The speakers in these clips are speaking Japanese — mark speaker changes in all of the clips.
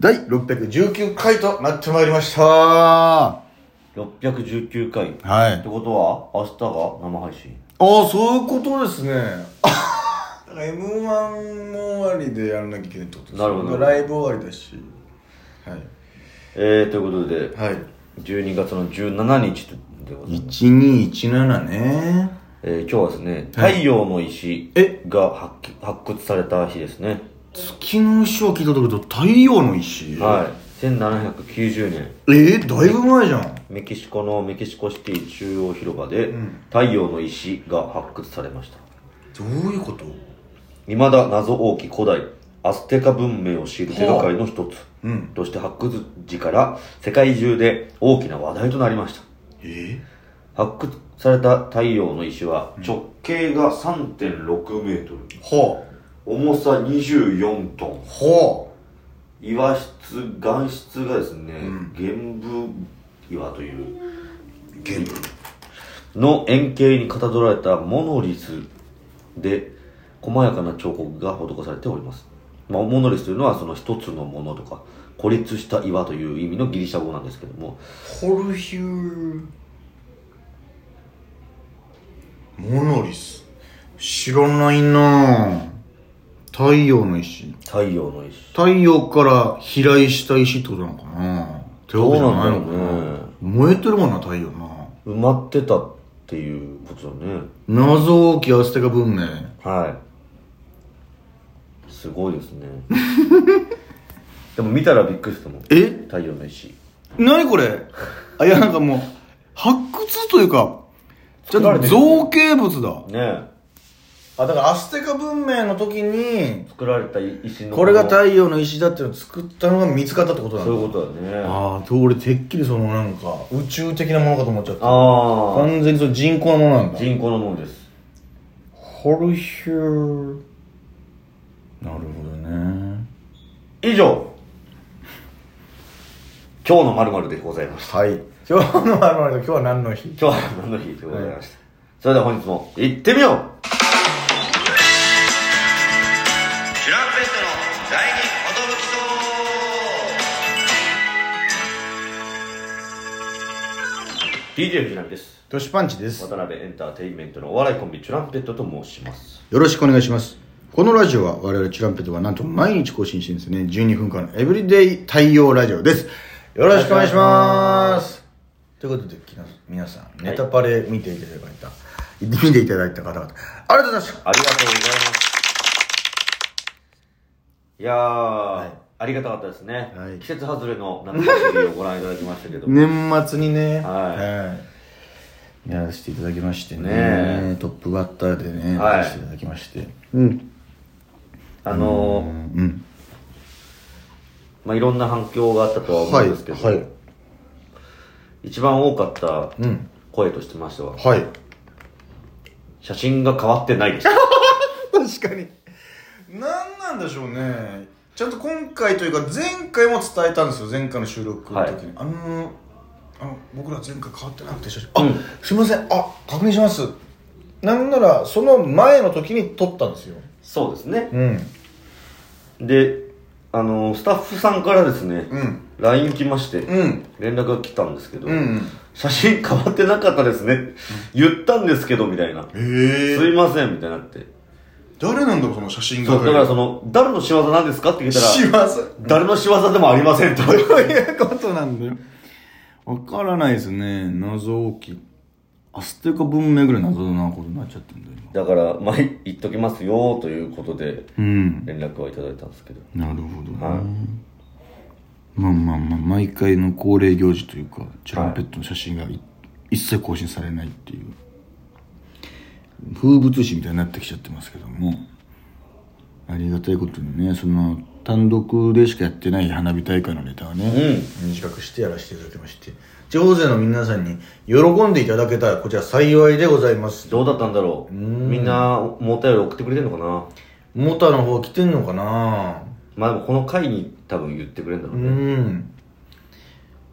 Speaker 1: 第619回となってまいりましたは
Speaker 2: 619回っ
Speaker 1: い
Speaker 2: て
Speaker 1: あ
Speaker 2: ことは明日が生配信
Speaker 1: あそういうことですねあだから m 1も終わりでやらなきゃいけないってことですね
Speaker 2: なるほど
Speaker 1: ライブ終わりだしはい
Speaker 2: えー、ということで
Speaker 1: はい
Speaker 2: 12月の17日でございます、
Speaker 1: 1217ね
Speaker 2: えー、今日はですね太陽の石
Speaker 1: え
Speaker 2: が発揮発掘された日ですね
Speaker 1: 月の石は聞いたけど太陽の石
Speaker 2: はい1790年
Speaker 1: えー、だいぶ前じゃん
Speaker 2: メキシコのメキシコシティ中央広場で太陽の石が発掘されました
Speaker 1: どういうこと
Speaker 2: 未だ謎多き古代アステカ文明を知る手がかりの一つ
Speaker 1: うん
Speaker 2: として発掘時から世界中で大きな話題となりました
Speaker 1: え
Speaker 2: 発掘された太陽の石は直径が3.6メートル、
Speaker 1: は
Speaker 2: 重さ24トン
Speaker 1: あは
Speaker 2: 岩質岩質がですね、玄武岩という
Speaker 1: あゲーム
Speaker 2: の円形にかたどられたモノリスで細やかな彫刻が施されております、まあ、モノリスというのはその一つのものとか孤立した岩という意味のギリシャ語なんですけども
Speaker 1: ホルヒューモノリス知らないなぁ太陽の石
Speaker 2: 太陽の石
Speaker 1: 太陽から飛来した石ってことなのかなってわけじゃ
Speaker 2: そうなん
Speaker 1: ないのか
Speaker 2: だ
Speaker 1: な、
Speaker 2: ろうね
Speaker 1: 燃えてるもんな太陽な
Speaker 2: 埋まってたっていうことだね
Speaker 1: 謎多きアステカ文明
Speaker 2: はいすごいです ねでも見たらびっくりしたもん
Speaker 1: え
Speaker 2: 太陽の石
Speaker 1: 何これあいやなんかもう発掘というかちょっ
Speaker 2: 作られ
Speaker 1: と
Speaker 2: てる
Speaker 1: 造形物だ
Speaker 2: ねえ
Speaker 1: あだからアステカ文明の時に
Speaker 2: 作られた石の
Speaker 1: これが
Speaker 2: そう
Speaker 1: 太陽の石だっていうのを作ったのが見つかったってことなんだ
Speaker 2: いうことだねあ
Speaker 1: ああと俺てっきりそのなんか宇宙的なものかと思っちゃった
Speaker 2: あ
Speaker 1: 完全にその人工のものなんだ
Speaker 2: 人工のものです
Speaker 1: ホルヒューなるほどね
Speaker 2: 以上今日のまるまるでございました
Speaker 1: はい今日のあの今日は何の日
Speaker 2: 今日は何の日でございました、それでは本日も行ってみようチュランペットの第二驚き DJ 藤波です
Speaker 1: トシパンチです
Speaker 2: 渡辺エンターテインメントのお笑いコンビチュランペットと申します
Speaker 1: よろしくお願いしますこのラジオは我々チュランペットがなんと毎日更新してるんですね12分間のエブリデイ太陽ラジオですよろしくお願いしますということで昨日皆さんネタパレ見ていただいた、見ていただいた方々ありがとうございました
Speaker 2: ありがとうございますいやー、
Speaker 1: い
Speaker 2: ありがたかったですね、
Speaker 1: はい
Speaker 2: 季節外れの夏祭りをご覧いただきましたけども
Speaker 1: 年末にね
Speaker 2: はい
Speaker 1: いやらせていただきましてね
Speaker 2: ね
Speaker 1: トップバッターでね、
Speaker 2: はい
Speaker 1: やらせていただきましてうん
Speaker 2: あのー
Speaker 1: うん
Speaker 2: まあ、いろんな反響があったとは思うんですけど、
Speaker 1: はいはい
Speaker 2: 一番多かった
Speaker 1: うん
Speaker 2: 声としてましては、
Speaker 1: はい
Speaker 2: 写真が変わってないでした。
Speaker 1: 確かに何なんでしょうねちゃんと今回というか前回も伝えたんですよ前回の収録の時に、あのあの僕ら前回変わってなくて写真あ、
Speaker 2: うん
Speaker 1: すいませんあ確認しますなんならその前の時に撮ったんですよ
Speaker 2: そうですね。
Speaker 1: うん
Speaker 2: で、あのースタッフさんからですね、
Speaker 1: うん
Speaker 2: LINE 来まして、
Speaker 1: うん
Speaker 2: 連絡が来たんですけど、
Speaker 1: うん
Speaker 2: 写真変わってなかったですね。言ったんですけど、みたいな。
Speaker 1: え
Speaker 2: すいません、みたいになって。
Speaker 1: 誰なんだろうその写真
Speaker 2: そう、だからその、誰の仕業なんですかって聞いたら、
Speaker 1: します
Speaker 2: 誰の仕業でもありませんと。
Speaker 1: どういうことなんだよわからないですね謎大きいアステカ文明ぐらい謎なことになっちゃってんだよ今
Speaker 2: だから、まあ、言っときますよ、ということで、
Speaker 1: うん
Speaker 2: 連絡はいただいたんですけど。
Speaker 1: なるほどね、
Speaker 2: はい
Speaker 1: まあまあまあ毎回の恒例行事というかチャランペットの写真がい、一切更新されないっていう風物詩みたいになってきちゃってますけどもありがたいことにねその単独でしかやってない花火大会のネタはね、短くしてやらせていただきまして地方勢の皆さんに喜んでいただけたらこちら幸いでございます
Speaker 2: どうだったんだろうみんな思ったより送ってくれてんのかな
Speaker 1: モタの方来てんのかな
Speaker 2: まあでもこの回に多分言ってくれるんだろう
Speaker 1: う
Speaker 2: ね、
Speaker 1: ん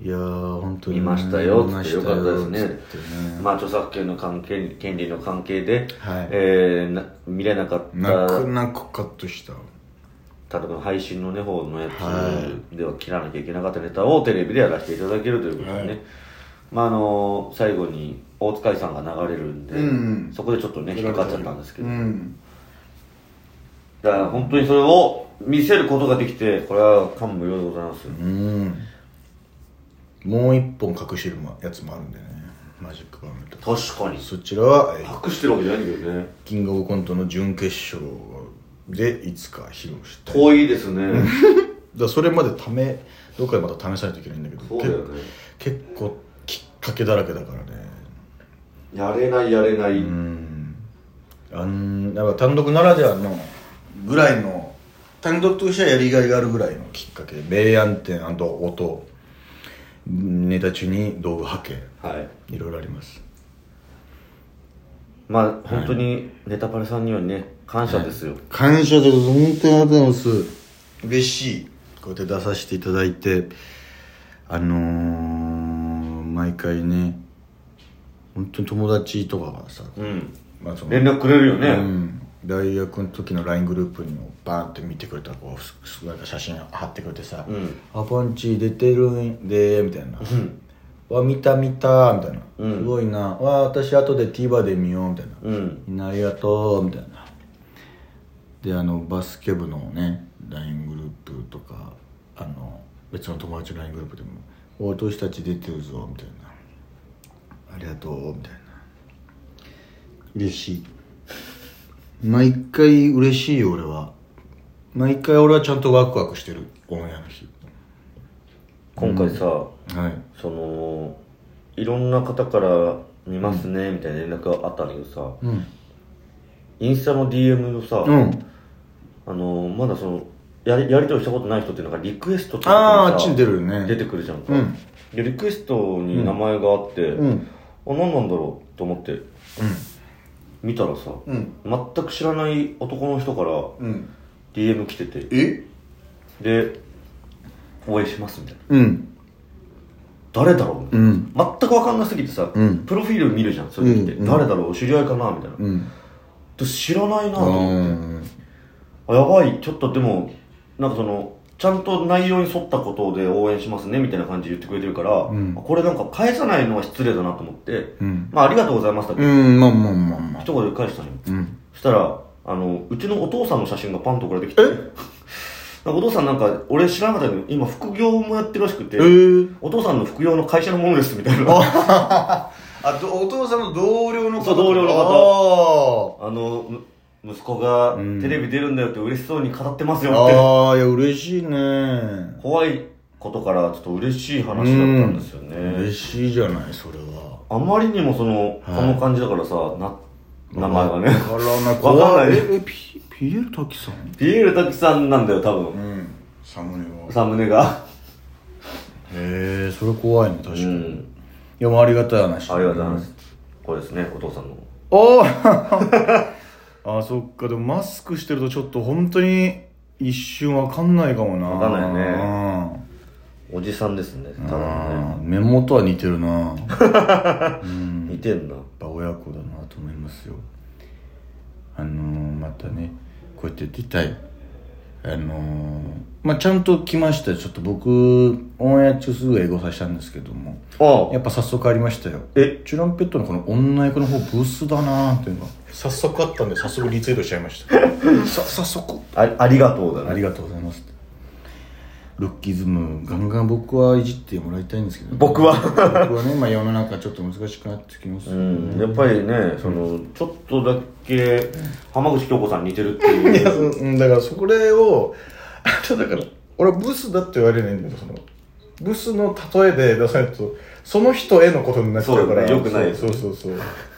Speaker 1: いやー本当にね
Speaker 2: 見ましたよ
Speaker 1: 見ま
Speaker 2: っ
Speaker 1: してた
Speaker 2: よかったですね
Speaker 1: よつってね
Speaker 2: まあ著作権の関係権利の関係で、
Speaker 1: はい
Speaker 2: えーな見れなかった
Speaker 1: 泣く泣くカットした
Speaker 2: 単独の配信のね方のや
Speaker 1: は
Speaker 2: つでは切らなきゃいけなかったネタをテレビでやらせていただけるということでね、
Speaker 1: はい
Speaker 2: まああの最後に大塚愛さんが流れるんで、
Speaker 1: うん
Speaker 2: そこでちょっとね引っかかっちゃったんですけど、
Speaker 1: うん
Speaker 2: だから本当にそれを見せることができてこれは感無量でございます、
Speaker 1: うんもう一本隠してるやつもあるんでねマジックバンドと
Speaker 2: 確かに
Speaker 1: そちらは、えー
Speaker 2: 隠してるわけじゃないんだけどね
Speaker 1: キングオブコントの準決勝でいつか披露したいだか
Speaker 2: 遠いですね
Speaker 1: らそれまでためどっかでまた試さないといけないんだけど
Speaker 2: そうだよね
Speaker 1: け結構きっかけだらけだからね
Speaker 2: やれないやれない、
Speaker 1: うんあんなんか単独ならではのぐらいの単独としてはやりがいがあるぐらいのきっかけ明暗点音ネタ中に道具派
Speaker 2: はい
Speaker 1: 遣いろいろあります
Speaker 2: まあ本当にネタパレさんにはね感謝ですよ、
Speaker 1: 感謝でございます本当にありがとうございます嬉しいこうやって出させていただいてあのー、毎回ね本当に友達とかがさ、
Speaker 2: うん
Speaker 1: まあその
Speaker 2: 連絡くれるよね、
Speaker 1: うん、大学の時の LINE グループにもバーンって見てくれたこうすなんか写真貼ってくれてさ「
Speaker 2: うん
Speaker 1: あパンチ出てるんで」みたいな「わ見た見た」みたいな、
Speaker 2: うん
Speaker 1: すごいな「わ私後で TVer で見よう」みたいな
Speaker 2: うん
Speaker 1: みんなありがとうみたいなであのバスケ部のね LINE グループとかあの別の友達の LINE グループでも「お私たち出てるぞ」みたいな「ありがとう」みたいな嬉しい毎回嬉しいよ俺は毎回俺はちゃんとワクワクしてるオンエアの日
Speaker 2: 今回さ、
Speaker 1: はい
Speaker 2: そのいろんな方から見ますねみたいな連絡があったんだけどさ
Speaker 1: うん
Speaker 2: インスタの DM のさ、
Speaker 1: うん
Speaker 2: あのまだそのやりやり取りしたことない人ってなんかリクエストとか
Speaker 1: あー
Speaker 2: さ
Speaker 1: あっちに出るよね
Speaker 2: 出てくるじゃんか、
Speaker 1: うん
Speaker 2: でリクエストに名前があって、
Speaker 1: うん
Speaker 2: あ何なんだろうと思って見たらさ、
Speaker 1: うん
Speaker 2: 全く知らない男の人から
Speaker 1: うん
Speaker 2: DM 来てて
Speaker 1: え
Speaker 2: で応援しますみたいな
Speaker 1: うん
Speaker 2: 誰だろうみた
Speaker 1: う
Speaker 2: いな、
Speaker 1: ん
Speaker 2: 全く分かんなすぎてさ、
Speaker 1: うん
Speaker 2: プロフィール見るじゃんそれって、
Speaker 1: うんうん
Speaker 2: 誰だろう知り合いかなみたいな、
Speaker 1: うん
Speaker 2: で知らないなと
Speaker 1: あ
Speaker 2: 思って、
Speaker 1: ー
Speaker 2: あやばいちょっとでもなんかそのちゃんと内容に沿ったことで応援しますねみたいな感じで言ってくれてるから、
Speaker 1: ん
Speaker 2: これなんか返さないのは失礼だなと思って、
Speaker 1: うん
Speaker 2: まあありがとうございましたって、
Speaker 1: うんまあまあまあまあ
Speaker 2: 一言で返したのよ、
Speaker 1: うん
Speaker 2: そしたらあのうちのお父さんの写真がパンと送られてきてなんかお父さんなんか俺知らなかったけど今副業もやってるらしくて、
Speaker 1: えー、
Speaker 2: お父さんの副業の会社のものですみたいな
Speaker 1: あとお父さんの同僚の
Speaker 2: そう同僚の
Speaker 1: 方
Speaker 2: あのむ息子が
Speaker 1: うん
Speaker 2: テレビ出るんだよって嬉しそうに語ってますよって、
Speaker 1: ああいや嬉しいね
Speaker 2: 怖いことからちょっと嬉しい話だったんですよね、
Speaker 1: 嬉しいじゃないそれは
Speaker 2: あまりにもその、
Speaker 1: はい
Speaker 2: この感じだからさな名前がね
Speaker 1: わからない
Speaker 2: わかんない
Speaker 1: 怖ええピピエール滝さん
Speaker 2: ピエール滝さんなんだよ多
Speaker 1: う
Speaker 2: 分
Speaker 1: んサムネは
Speaker 2: サムネが
Speaker 1: へえそれ怖いね確か
Speaker 2: う
Speaker 1: に、い
Speaker 2: ん
Speaker 1: やもうありがたい話
Speaker 2: ありがとうございます、これですねお父さんの
Speaker 1: おー あそっかでもマスクしてるとちょっと本当に一瞬わかんないかもな
Speaker 2: わかんないね
Speaker 1: うん
Speaker 2: おじさんですねただの
Speaker 1: あ
Speaker 2: ね
Speaker 1: ーメモとは似てるなやっ
Speaker 2: 似てんな
Speaker 1: ぱ親子だなと思いますよあのー、またねこうやって出たいあのー、まあちゃんと来ましたよちょっと僕オンエア中すぐ英語させたんですけども
Speaker 2: あ
Speaker 1: やっぱ早速ありましたよ
Speaker 2: え
Speaker 1: チュランペットのこの女役の方ブースだなーっていうのが早速あったんで早速リツイートしちゃいましたさ早速
Speaker 2: あありがとうだ
Speaker 1: あ
Speaker 2: ね
Speaker 1: りがとうございますルッキズムガンガン僕はいじってもらいたいんですけど、
Speaker 2: 僕は
Speaker 1: 僕はね、まあ、世の中ちょっと難しくなってきますよ
Speaker 2: う
Speaker 1: ね、
Speaker 2: んやっぱりねそのちょっとだけ浜口京子さんに似てるってい
Speaker 1: いうやうんだからそれをあとだから俺はブスだって言われないんだけどそのブスの例えで出さないとその人へのことになっちゃうから
Speaker 2: そうね良くない
Speaker 1: そうそうそうそう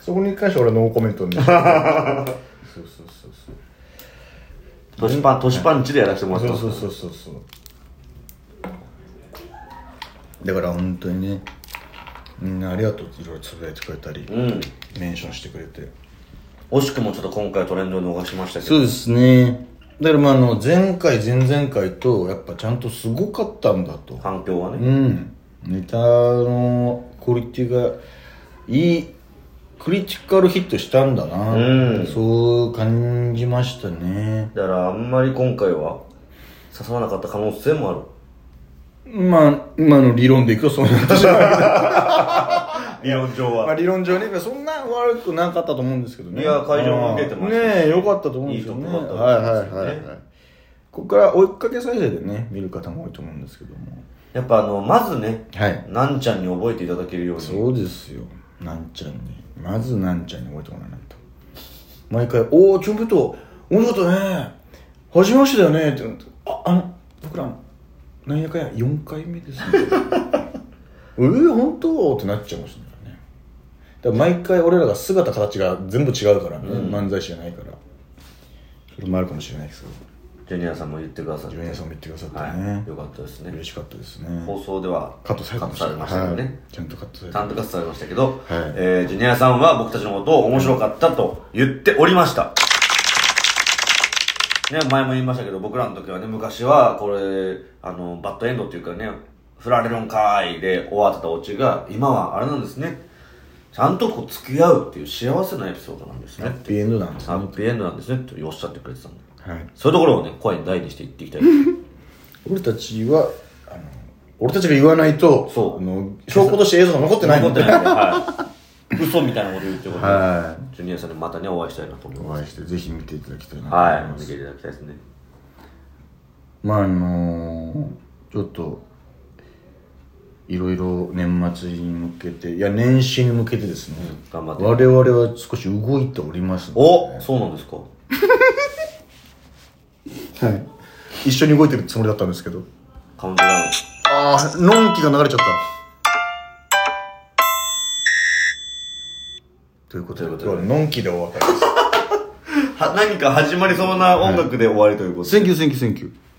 Speaker 1: そこに関しては俺はノーコメントになっちゃうそうそうそうそ
Speaker 2: 都
Speaker 1: う
Speaker 2: 市パン、都市パンチでやらせてもらっ
Speaker 1: そ
Speaker 2: た
Speaker 1: うん
Speaker 2: です
Speaker 1: そうそうそうそうだから本当にねみんなありがとういろいろつぶやいてくれたり、
Speaker 2: うん
Speaker 1: メンションしてくれて
Speaker 2: 惜しくもちょっと今回トレンドを逃しましたけど
Speaker 1: そうですねだからまああの前回前々回とやっぱちゃんとすごかったんだと
Speaker 2: 環境は
Speaker 1: う
Speaker 2: ね
Speaker 1: んネタのクオリティがいいクリティカルヒットしたんだな、
Speaker 2: うん
Speaker 1: そう感じましたね
Speaker 2: だからあんまり今回は刺さなかった可能性もある
Speaker 1: まあ今の理論でいくとそうなってしまう
Speaker 2: 理論上
Speaker 1: まあ
Speaker 2: は
Speaker 1: 理論上ねそんな悪くなかったと思うんですけどね
Speaker 2: いや会場も受けてましたし
Speaker 1: ねえよかったと思うんですよね
Speaker 2: いいとこだった
Speaker 1: はいは
Speaker 2: と
Speaker 1: い
Speaker 2: 思うんです
Speaker 1: はい
Speaker 2: よね
Speaker 1: はいここから追いかけ再生でね見る方も多いと思うんですけども
Speaker 2: やっぱあのまずね
Speaker 1: はい
Speaker 2: なんちゃんに覚えていただけるように
Speaker 1: そうですよなんちゃんにまずなんちゃんに覚えてもらわないと毎回「おおチョンプト面白かったね初めましてだよね」って言うのああの僕らなんやかんや4回目ですね」 えー、本当ってなっちゃいましたからねだから毎回俺らが姿形が全部違うからね、漫才師じゃないからそれもあるかもしれないですけど
Speaker 2: ジュニアさんも言ってくださって
Speaker 1: ジュニアさんも言ってくださってね、
Speaker 2: はいよかったですね
Speaker 1: 嬉しかったですね
Speaker 2: 放送では
Speaker 1: カットされてました
Speaker 2: カットされましたよね、
Speaker 1: はいちゃんとカットされ
Speaker 2: ち
Speaker 1: て
Speaker 2: ゃんとカットされましたけど、
Speaker 1: はい
Speaker 2: えージュニアさんは僕たちのことを面白かったと言っておりました。ね、前も言いましたけど、僕らの時はね、昔は、これ、あの、バッドエンドっていうかね、振られるんかーいで終わってたオチが、今はあれなんですね、ちゃんとこう付き合うっていう幸せなエピソードなんですね。
Speaker 1: ハッピーエンドなんですね
Speaker 2: ハッピーエンドなんですね、とおっしゃってくれてたんで。
Speaker 1: はい
Speaker 2: そういうところをね、声に大にして言っていきたい。
Speaker 1: 俺たちはあの俺たちが言わないと
Speaker 2: そう
Speaker 1: あの証拠として映像が残ってない
Speaker 2: 残っ
Speaker 1: の
Speaker 2: て
Speaker 1: で
Speaker 2: ないんで、はい。嘘みたいなこと言うってことで、
Speaker 1: は
Speaker 2: ジュニアさんにまたね、お会いしたいなと思います。
Speaker 1: お会いしてぜひ見ていただきたいなと思い
Speaker 2: は
Speaker 1: ま
Speaker 2: い、見
Speaker 1: す、
Speaker 2: ていただきたいですね。
Speaker 1: まああのーちょっといろいろ年末に向けていや年始に向けてですね、
Speaker 2: 頑張って
Speaker 1: 我々は少し動いておりますの
Speaker 2: お、そうなんですか。
Speaker 1: で、はい、一緒に動いてるつもりだったんですけど
Speaker 2: カウントダウン。
Speaker 1: ああのんきが流れちゃったということで
Speaker 2: ということで
Speaker 1: 今日はのんきでお別れです
Speaker 2: は何か始まりそうな音楽で終わりということで。
Speaker 1: Thank you, thank you, thank you.